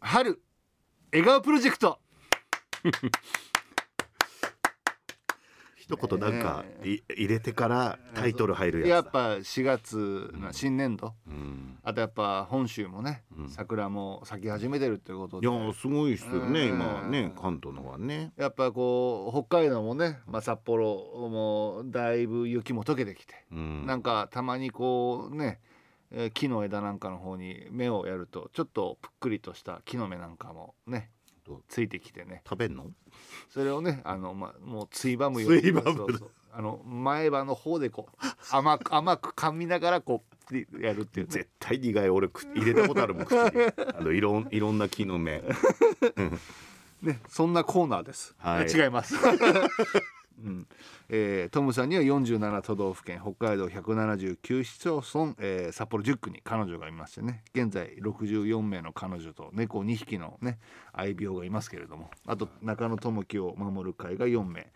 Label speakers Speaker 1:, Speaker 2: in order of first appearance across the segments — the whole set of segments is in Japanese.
Speaker 1: 春笑顔プロジェクト
Speaker 2: 一言なんかい入れてからタイトル入る
Speaker 1: や
Speaker 2: や
Speaker 1: っ
Speaker 2: つだ
Speaker 1: ぱ4月が新年度、
Speaker 2: うん
Speaker 1: あとやっぱ本州もね、桜も咲き始めてるってこと
Speaker 2: い
Speaker 1: で
Speaker 2: やすごいですよ
Speaker 1: う
Speaker 2: ね
Speaker 1: ん
Speaker 2: 今ね関東の方はね
Speaker 1: やっぱこう北海道もね、まあ、札幌もだいぶ雪も溶けてきて、
Speaker 2: うん
Speaker 1: なんかたまにこうねえー木の枝なんかの方に目をやるとちょっとぷっくりとした木の芽なんかもね
Speaker 2: どう
Speaker 1: ついてきてね
Speaker 2: 食べんの
Speaker 1: それをねあの、まあ、もうついばむように
Speaker 2: ついばむ
Speaker 1: そうそうあの前歯の方でこう甘く甘く噛みながらこうぷりやるっていうね
Speaker 2: 絶対苦い俺く入れたことあるも ん口にあのいろんいろんな木の芽
Speaker 1: ねそんなコーナーです、
Speaker 2: はい
Speaker 1: 違います、 うんえートムさんには47都道府県北海道179市町村、えー札幌10区に彼女がいましてね現在64名の彼女と猫2匹のね愛猫がいますけれどもあと中野智樹を守る会が4名、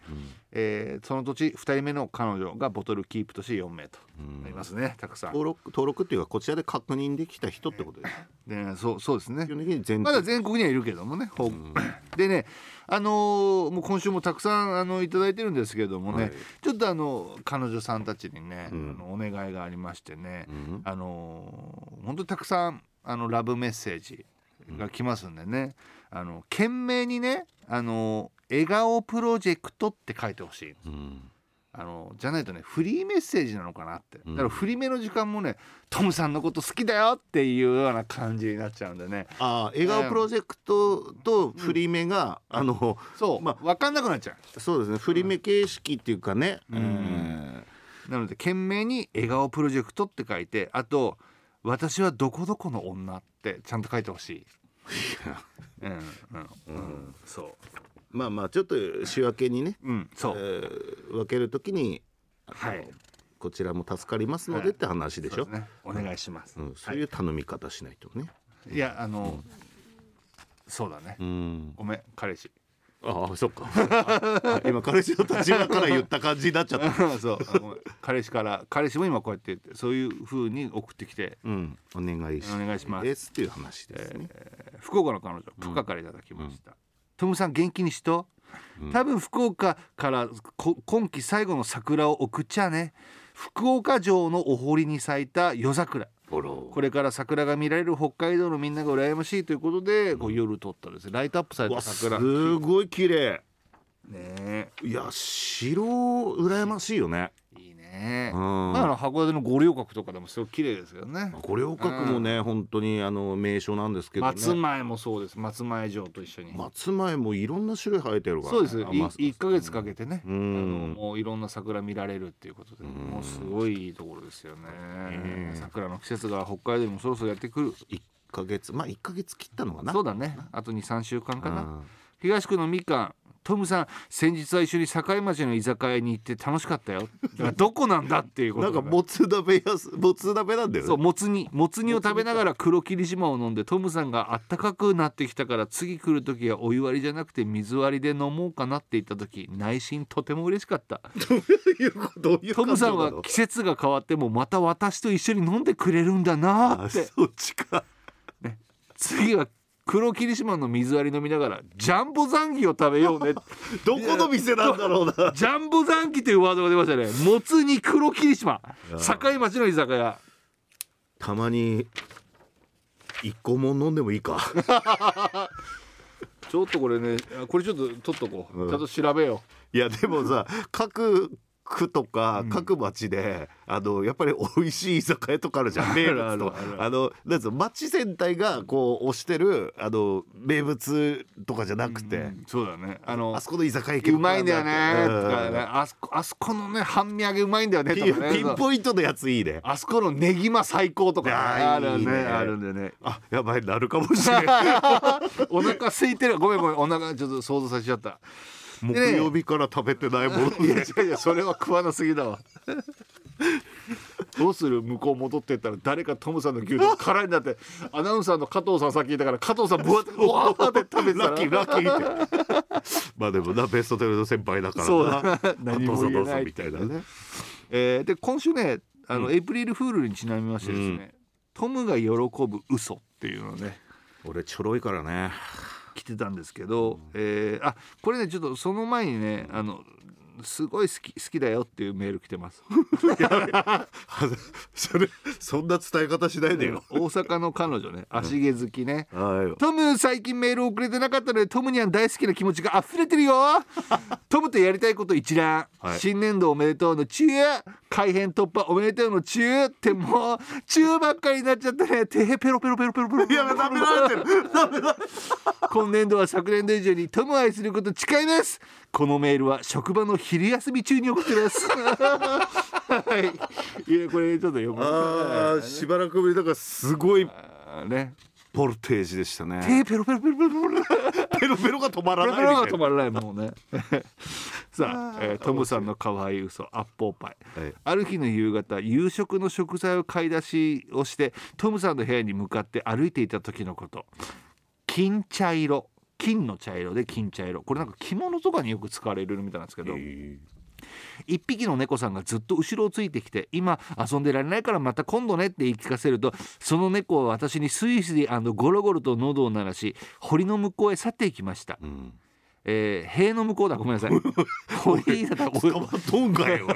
Speaker 1: えーその土地2人目の彼女がボトルキープとして4名となりますね、たくさん
Speaker 2: 登録登録っていうかこちらで確認できた人ってことですね
Speaker 1: でそうそうですね
Speaker 2: 基本的に全
Speaker 1: まだ全国にはいるけどもね、ほう でね、あのーもう今週もたくさんあのいただいてるんですけどもね、
Speaker 2: はい
Speaker 1: ちょっとあの彼女さんたちにね、
Speaker 2: うん
Speaker 1: あのお願いがありましてね、
Speaker 2: うん
Speaker 1: あのー本当にたくさんあのラブメッセージが来ますんでね、あの懸命にね、あの笑顔プロジェクトって書いてほしい。
Speaker 2: うん
Speaker 1: あのじゃないとねフリーメッセージなのかなって
Speaker 2: うん
Speaker 1: だからフリめの時間もねトムさんのこと好きだよっていうような感じになっちゃうんでね
Speaker 2: あー笑顔プロジェクトと振り目が、あの
Speaker 1: そう、
Speaker 2: ま
Speaker 1: 分かんなくなっちゃう
Speaker 2: そうですね振り目形式っていうかね、
Speaker 1: うん
Speaker 2: うん
Speaker 1: なので懸命に「笑顔プロジェクト」って書いてあと「私はどこどこの女」ってちゃんと書いてほしい。うんうんうん、そ
Speaker 2: まあまあちょっと仕分けにね、
Speaker 1: う、うん、そ
Speaker 2: え
Speaker 1: う、
Speaker 2: ー分けるときに、あの
Speaker 1: はい
Speaker 2: こちらも助かりますの
Speaker 1: はい
Speaker 2: でって話でしょ、
Speaker 1: そうですね、お願いします。
Speaker 2: うん、そういう頼み方しないとね、
Speaker 1: いや、あの、そうだね、
Speaker 2: うん
Speaker 1: ごめん、彼氏。
Speaker 2: ああそっかあ今彼氏の立場から言った感じになっちゃ った
Speaker 1: そう、あごめん彼氏から、彼氏も今こうやって言って、そういう風に送ってきて。
Speaker 2: うんお願いし
Speaker 1: お願いします
Speaker 2: ですっていう話ですね、
Speaker 1: 福岡の彼女プカからいただきました、トムさん元気にしと、多分福岡からこ今季最後の桜を送っちゃね福岡城のお堀に咲いた夜桜
Speaker 2: フォロー
Speaker 1: これから桜が見られる北海道のみんなが羨ましいということで、こう夜撮ったですねライトアップされ
Speaker 2: う
Speaker 1: た
Speaker 2: わ
Speaker 1: 桜ね
Speaker 2: すごい綺麗
Speaker 1: え
Speaker 2: いや城羨ましいよね
Speaker 1: いいね
Speaker 2: うん
Speaker 1: まああの函館の五稜郭とかでもすごい綺麗ですけどね
Speaker 2: 五稜郭もね本当にあの名所なんですけどね
Speaker 1: 松前もそうです松前城と一緒に、
Speaker 2: 松前もいろんな種類生えてるから
Speaker 1: そ
Speaker 2: ね、
Speaker 1: うです
Speaker 2: あまあ
Speaker 1: い一ヶ月かけてね、
Speaker 2: う
Speaker 1: あの
Speaker 2: ん
Speaker 1: もういろんな桜見られるっていうことで、もうすごいいいところですよね、
Speaker 2: え
Speaker 1: 桜の季節が北海道にもそろそろやってくる
Speaker 2: 一ヶ月まあ一ヶ月切ったのかな
Speaker 1: そうだねあと23週間かな、
Speaker 2: うん
Speaker 1: 東区のみかんトムさん先日は一緒に境町の居酒屋に行って楽しかったよだからどこなんだっていうこ
Speaker 2: な
Speaker 1: と
Speaker 2: ん
Speaker 1: だ
Speaker 2: かもつ鍋やす もつ鍋なんだよね
Speaker 1: そうもつ煮もつ煮を食べながら黒霧島を飲んでトムさんがあったかくなってきたから次来る時はお湯割りじゃなくて水割りで飲もうかなって言った時内心とても嬉しかった
Speaker 2: どういうことどういう
Speaker 1: トムさん
Speaker 2: 感情な
Speaker 1: は
Speaker 2: の
Speaker 1: 季節が変わってもまた私と一緒に飲んでくれるんだな
Speaker 2: あ
Speaker 1: って
Speaker 2: そっちか
Speaker 1: 次は黒霧島の水割り飲みながらジャンボザンギを食べようね
Speaker 2: どこの店なんだろうな
Speaker 1: ジャンボザンギというワードが出ましたねもつに黒霧島境町の居酒屋
Speaker 2: たまに一個も飲んでもい いか
Speaker 1: ちょっとこれねあこれちょっと取っとこう、
Speaker 2: うん
Speaker 1: ちゃんと調べよ
Speaker 2: いやでもさ各区とか各町で、あのやっぱり美味しい居酒屋とかあるじゃん名
Speaker 1: あ
Speaker 2: 物
Speaker 1: るあ
Speaker 2: と
Speaker 1: るある
Speaker 2: あのなんつうの町全体がこう推してるあの名物とかじゃなく
Speaker 1: う
Speaker 2: て、
Speaker 1: うんそうだねあの
Speaker 2: あそこの居酒屋行けば
Speaker 1: うまいんだよね
Speaker 2: う
Speaker 1: と
Speaker 2: ん
Speaker 1: かねあそこあそこのね半身揚げうまいんだよねと
Speaker 2: ピ
Speaker 1: か
Speaker 2: ン
Speaker 1: ね
Speaker 2: ピンポイントのやついいね
Speaker 1: あそこのネギマ最高とかねあ
Speaker 2: あー
Speaker 1: る
Speaker 2: いい
Speaker 1: ね
Speaker 2: ね
Speaker 1: あるんでね
Speaker 2: あやばいなるかもしれない
Speaker 1: お腹空いてるごめんごめんお腹ちょっと想像させちゃった
Speaker 2: 木曜日から食べてないもの
Speaker 1: いやいやいやそれは食わなすぎだわ どうする向こう戻ってったら誰かトムさんの牛丼空になってアナウンサーの加藤さん先いたから加藤さんぶわってうわーって食べてたら
Speaker 2: ラッキーラッキーってまあでもなベストテルの先輩だからな
Speaker 1: そうだな
Speaker 2: あ
Speaker 1: 何
Speaker 2: ど
Speaker 1: も
Speaker 2: うぞ
Speaker 1: 言
Speaker 2: ど
Speaker 1: え
Speaker 2: うぞ
Speaker 1: ない
Speaker 2: みたいなね
Speaker 1: えーで今週ねあの、エイプリルフールにちなみましてですね、トムが喜ぶ嘘っていうのをね
Speaker 2: 俺ちょろいからね
Speaker 1: 来てたんですけど、えーあこれねちょっとその前にねあのすごい好き好きだよっていうメール来てます。
Speaker 2: は それそんな伝え方しないでよ、
Speaker 1: 大阪の彼女ね足毛好きね、
Speaker 2: はい
Speaker 1: トム最近メール送れてなかったのでトムには大好きな気持ちが溢れてる よトムとやりたいこと一覧、
Speaker 2: はい
Speaker 1: 新年度おめでとうの中改編突破おめでとうの中ってもう中ばっかりになっちゃったねてへペロペロペロペロペロ
Speaker 2: いやダメられてる
Speaker 1: 今年度は昨年度以上にトムを愛すること誓いますこのメールは職場の昼休み中に送ってますはいいやこれちょっと読む
Speaker 2: あーしばらくぶりだからすごい
Speaker 1: あーね
Speaker 2: ボルテージでしたね
Speaker 1: 手ペロペロペロペロペロ
Speaker 2: ペロペロが止まら
Speaker 1: ペ
Speaker 2: な
Speaker 1: ロ
Speaker 2: い
Speaker 1: ペロが止
Speaker 2: みたいな
Speaker 1: まらないもうねさあ、えートムさんの可愛い嘘アッポーパイ、
Speaker 2: はい
Speaker 1: ある日の夕方夕食の食材を買い出しをしてトムさんの部屋に向かって歩いていた時のこと金茶色金の茶色で金茶色これなんか着物とかによく使われるみたいなんですけど、
Speaker 2: え
Speaker 1: 一匹の猫さんがずっと後ろをついてきて今遊んでられないからまた今度ねって言い聞かせるとその猫は私にスイスイゴロゴロと喉を鳴らし堀の向こうへ去っていきました
Speaker 2: ー、うん
Speaker 1: えー、塀の向こうだごめんな さい堀だった
Speaker 2: 捕まっとんか いおい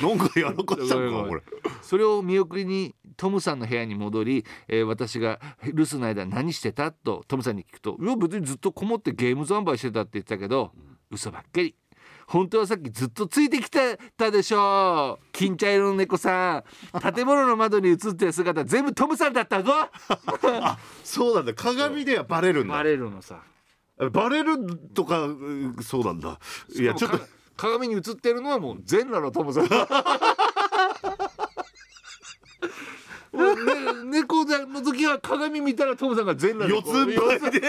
Speaker 2: なんかやらかしたんかこれ
Speaker 1: それを見送りにトムさんの部屋に戻り、えー私が留守の間何してたとトムさんに聞くと「いや別にずっとこもってゲーム三昧してた」って言ってたけど嘘ばっかり本当はさっきずっとついてきてたでしょう金茶色の猫さん建物の窓に映ってる姿全部トムさんだったぞ
Speaker 2: そうなんだ鏡ではバレるんだ
Speaker 1: バレるのさ
Speaker 2: バレるとかうんそうなんだいやちょっと
Speaker 1: か鏡に映ってるのはもう全裸のトム さんもうね猫ちゃんの時は鏡見たらトムさんが全裸で
Speaker 2: 四つ
Speaker 1: こ
Speaker 2: ん
Speaker 1: う
Speaker 2: 這いで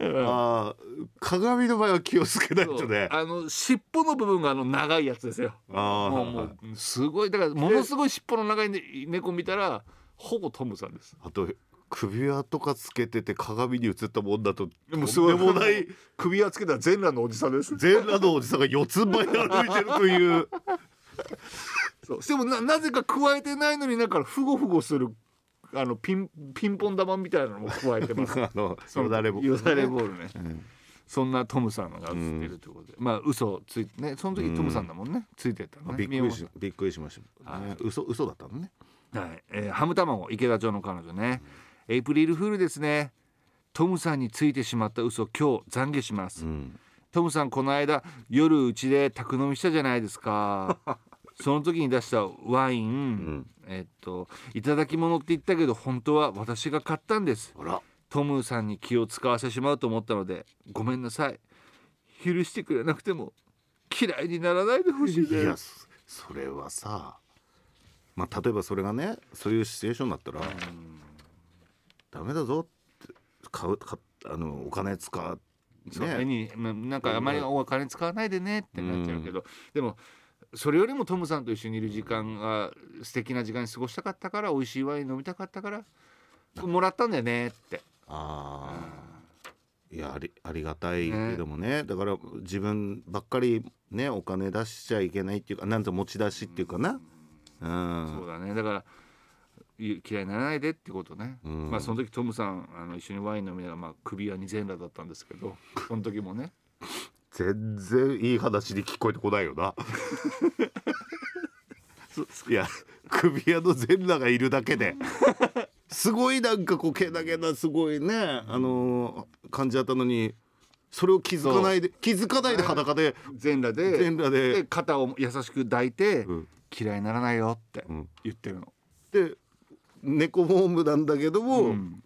Speaker 2: あー鏡の場合は気をつけない
Speaker 1: そう
Speaker 2: とね
Speaker 1: あの尻尾の部分があの長いやつですよ
Speaker 2: あー
Speaker 1: もうもうすごいだからものすごい尻尾の長いね猫見たらほぼトムさんです
Speaker 2: あと首輪とかつけてて鏡に映ったもんだとでも
Speaker 1: ごい
Speaker 2: もない
Speaker 1: 首輪つけたら全裸のおじさん です
Speaker 2: 全裸のおじさんが四つん這いで歩いてる という
Speaker 1: そうでもななぜか加えてないのになんかふごふごするあのピンピンポン玉みたいなのも加えて ます
Speaker 2: あのよだれも
Speaker 1: よだれボールね、そんなトムさんが映ってるということで、まあ嘘ついてねその時トムさんだもんね、ついてたのね
Speaker 2: びっくりしびっくりしました、ね、嘘嘘だったのね
Speaker 1: はい、えーハム卵池田町の彼女ね、エイプリルフールですねトムさんについてしまった嘘今日懺悔します、
Speaker 2: ん
Speaker 1: トムさんこの間夜うちで宅飲みしたじゃないです かその時に出したワイン、えっといただき物って言ったけど本当は私が買ったんです
Speaker 2: あら
Speaker 1: トムさんに気を使わせてしまうと思ったのでごめんなさい許してくれなくても嫌いにならないでほしい
Speaker 2: い
Speaker 1: で
Speaker 2: や
Speaker 1: す
Speaker 2: そそれはさまあ例えばそれがねそういうシチュエーションだったらダメだぞって買う買あのお金使う
Speaker 1: そう絵
Speaker 2: ね
Speaker 1: にまなんかあまりお金使わないでねってなっちゃうけど、でもそれよりもトムさんと一緒にいる時間が素敵な時間に過ごしたかったから美味しいワイン飲みたかったからもらったんだよねって
Speaker 2: ああいやありありがたいけどもねだから自分ばっかりねお金出しちゃいけないっていうかなんと持ち出しっていうかなうん
Speaker 1: そうだねだからい嫌いにならないでってことね、
Speaker 2: うん
Speaker 1: まあその時トムさんあの一緒にワイン飲みながら、まあ、首輪に全裸だったんですけどその時もね
Speaker 2: 全然いい話に聞こえてこないよないや首輪の全裸がいるだけですごいなんかこうけなげなすごいねあのー感じだったのにそれを気づかないで気づかないで裸で
Speaker 1: 全裸で
Speaker 2: 全裸で
Speaker 1: で肩を優しく抱いて、
Speaker 2: うん
Speaker 1: 嫌いにならないよって
Speaker 2: うん
Speaker 1: 言ってるの、
Speaker 2: で猫ホームなんだけども、
Speaker 1: うん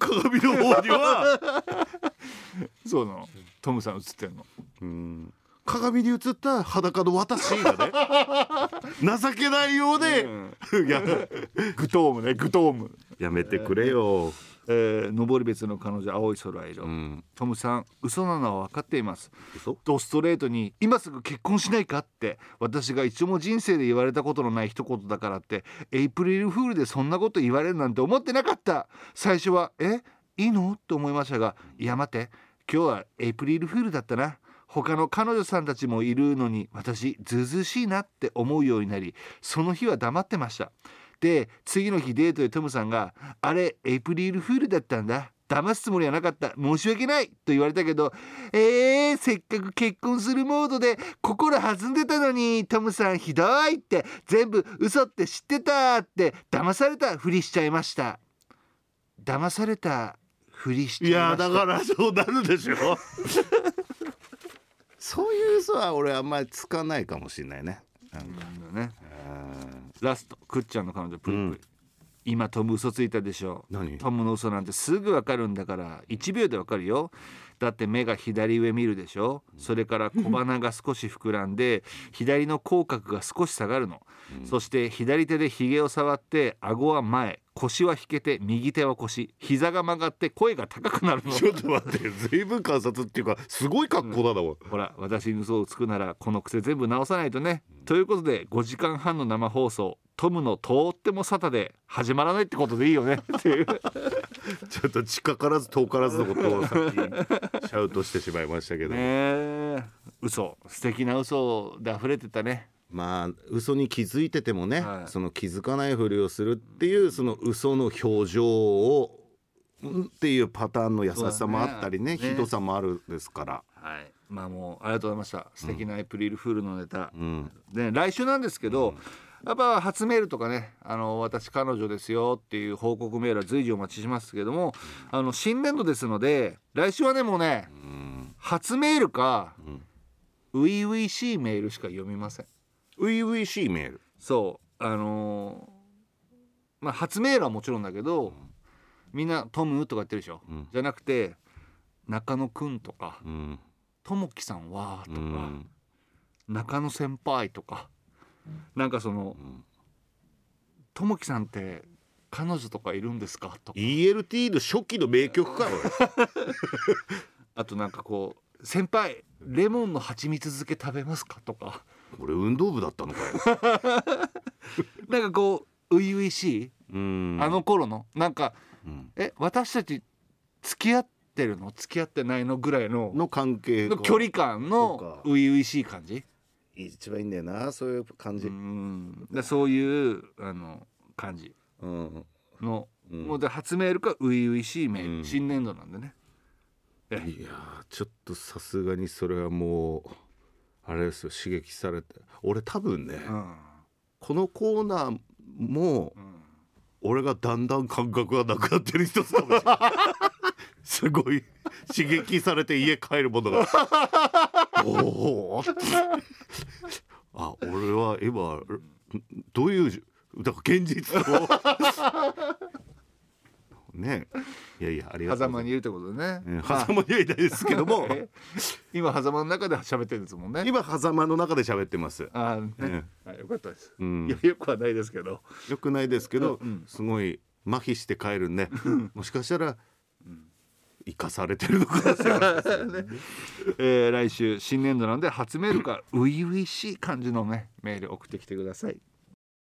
Speaker 2: 鏡の方には、
Speaker 1: そうなのトムさん映って るの
Speaker 2: うん鏡に映った裸の私がね情けないようで、いや
Speaker 1: グトームねグトーム、
Speaker 2: やめてくれよ。
Speaker 1: えー、登別の彼女青い空色、
Speaker 2: うん
Speaker 1: トムさん嘘なのは分かっています
Speaker 2: 嘘
Speaker 1: とストレートに「今すぐ結婚しないか?」って私が一度も人生で言われたことのない一言だからってエイプリルフールでそんなこと言われるなんて思ってなかった最初は「えいいの?」と思いましたが「いや待て今日はエイプリルフールだったな」他の彼女さんたちもいるのに私ずうずうしいなって思うようになりその日は黙ってましたで次の日デートでトムさんが「あれエイプリルフールだったんだ騙すつもりはなかった申し訳ない」と言われたけど「えー、せっかく結婚するモードで心弾んでたのにトムさんひどい」って全部嘘って知ってたって騙されたふりしちゃいました騙されたふりしち
Speaker 2: い
Speaker 1: ゃいま
Speaker 2: や
Speaker 1: した
Speaker 2: だからそうなるでしょ そういう嘘は俺あんまりつかないかもしれないねなんか
Speaker 1: うんねラストくっちゃんの彼女プリプリ、今トム嘘ついたでしょ
Speaker 2: 何
Speaker 1: トムの嘘なんてすぐわかるんだから1秒でわかるよだって目が左上見るでしょそれから小鼻が少し膨らんで左の口角が少し下がるの、そして左手でひげを触って顎は前腰は引けて右手は腰膝が曲がって声が高くな るの
Speaker 2: ちょっと待って随分観察っていうかすごい格好だ なおい
Speaker 1: ほら私に嘘をつくならこの癖全部直さないとね。ということで5時間半の生放送「トムのとってもサタで始まらないってことでいいよねっていう
Speaker 2: ちょっと近からず遠からずのことをさっきシャウトしてしまいましたけど、
Speaker 1: ねえ嘘素敵な嘘で溢れてたね。
Speaker 2: まあ嘘に気づいててもね、
Speaker 1: はい
Speaker 2: その気づかないふりをするっていうその嘘の表情をんっていうパターンの優しさもあったりね
Speaker 1: そうだね
Speaker 2: ひどさもあるですから、
Speaker 1: はい、まあもうありがとうございました素敵なエイプリルフールのネタ、
Speaker 2: うん、
Speaker 1: で来週なんですけど、やっぱ初メールとかねあの私彼女ですよっていう報告メールは随時お待ちしますけどもあの新年度ですので来週はねもうね、初メールか初々、しいメールしか読みません
Speaker 2: 初々しいメール
Speaker 1: そうあのーまあ初メールはもちろんだけど、みんな「トム」とか言ってるでしょ、
Speaker 2: うん
Speaker 1: じゃなくて「中野くん」とか
Speaker 2: うん
Speaker 1: 「ともきさんは」と
Speaker 2: う
Speaker 1: か。
Speaker 2: ん
Speaker 1: 中野先輩とかなんかその
Speaker 2: ん
Speaker 1: 「ともきさんって彼女とかいるんですか?」とか
Speaker 2: ELT の初期の名曲かおい
Speaker 1: あとなんかこう「先輩レモンの蜂蜜漬け食べますか?」とか
Speaker 2: 俺運動部だったのかよ、
Speaker 1: なんかこう初々しい、
Speaker 2: うん
Speaker 1: あの頃のなんか
Speaker 2: うん
Speaker 1: 「え私たち付き合ってるの付き合ってないの?」ぐらいの
Speaker 2: の関係が
Speaker 1: の距離感
Speaker 2: そうか
Speaker 1: の初々しい感じ
Speaker 2: 一番いいんだよなそういう感じ、
Speaker 1: うんでそういうあの感じ
Speaker 2: うん
Speaker 1: の、
Speaker 2: うん
Speaker 1: もうで初メールか初々しいメール、
Speaker 2: うん
Speaker 1: 新年度なんでね。
Speaker 2: いやーちょっとさすがにそれはもうあれですよ刺激されて俺多分ね、
Speaker 1: うん
Speaker 2: このコーナーも
Speaker 1: ん
Speaker 2: 俺がだんだん感覚がなくなってる一つかもしれないすごい刺激されて家帰るものがおおあ俺は今どういうだから現実をねいやいやありがと
Speaker 1: 狭
Speaker 2: うご
Speaker 1: 間
Speaker 2: ざい
Speaker 1: にいるってことね。
Speaker 2: ますえー狭間にはいないですけども
Speaker 1: え今狭間の中で喋ってるんですもんね。
Speaker 2: 今狭間の中で喋ってます。
Speaker 1: あーね
Speaker 2: え、
Speaker 1: あよかったです。
Speaker 2: ん
Speaker 1: いやよくはないですけど。
Speaker 2: よくないですけど、
Speaker 1: うん
Speaker 2: すごい麻痺して帰るんで、もしかしたら、生かされてるのかもしれないですよね
Speaker 1: えー来週新年度なんで初メールか初々しい感じのねメール送ってきてください。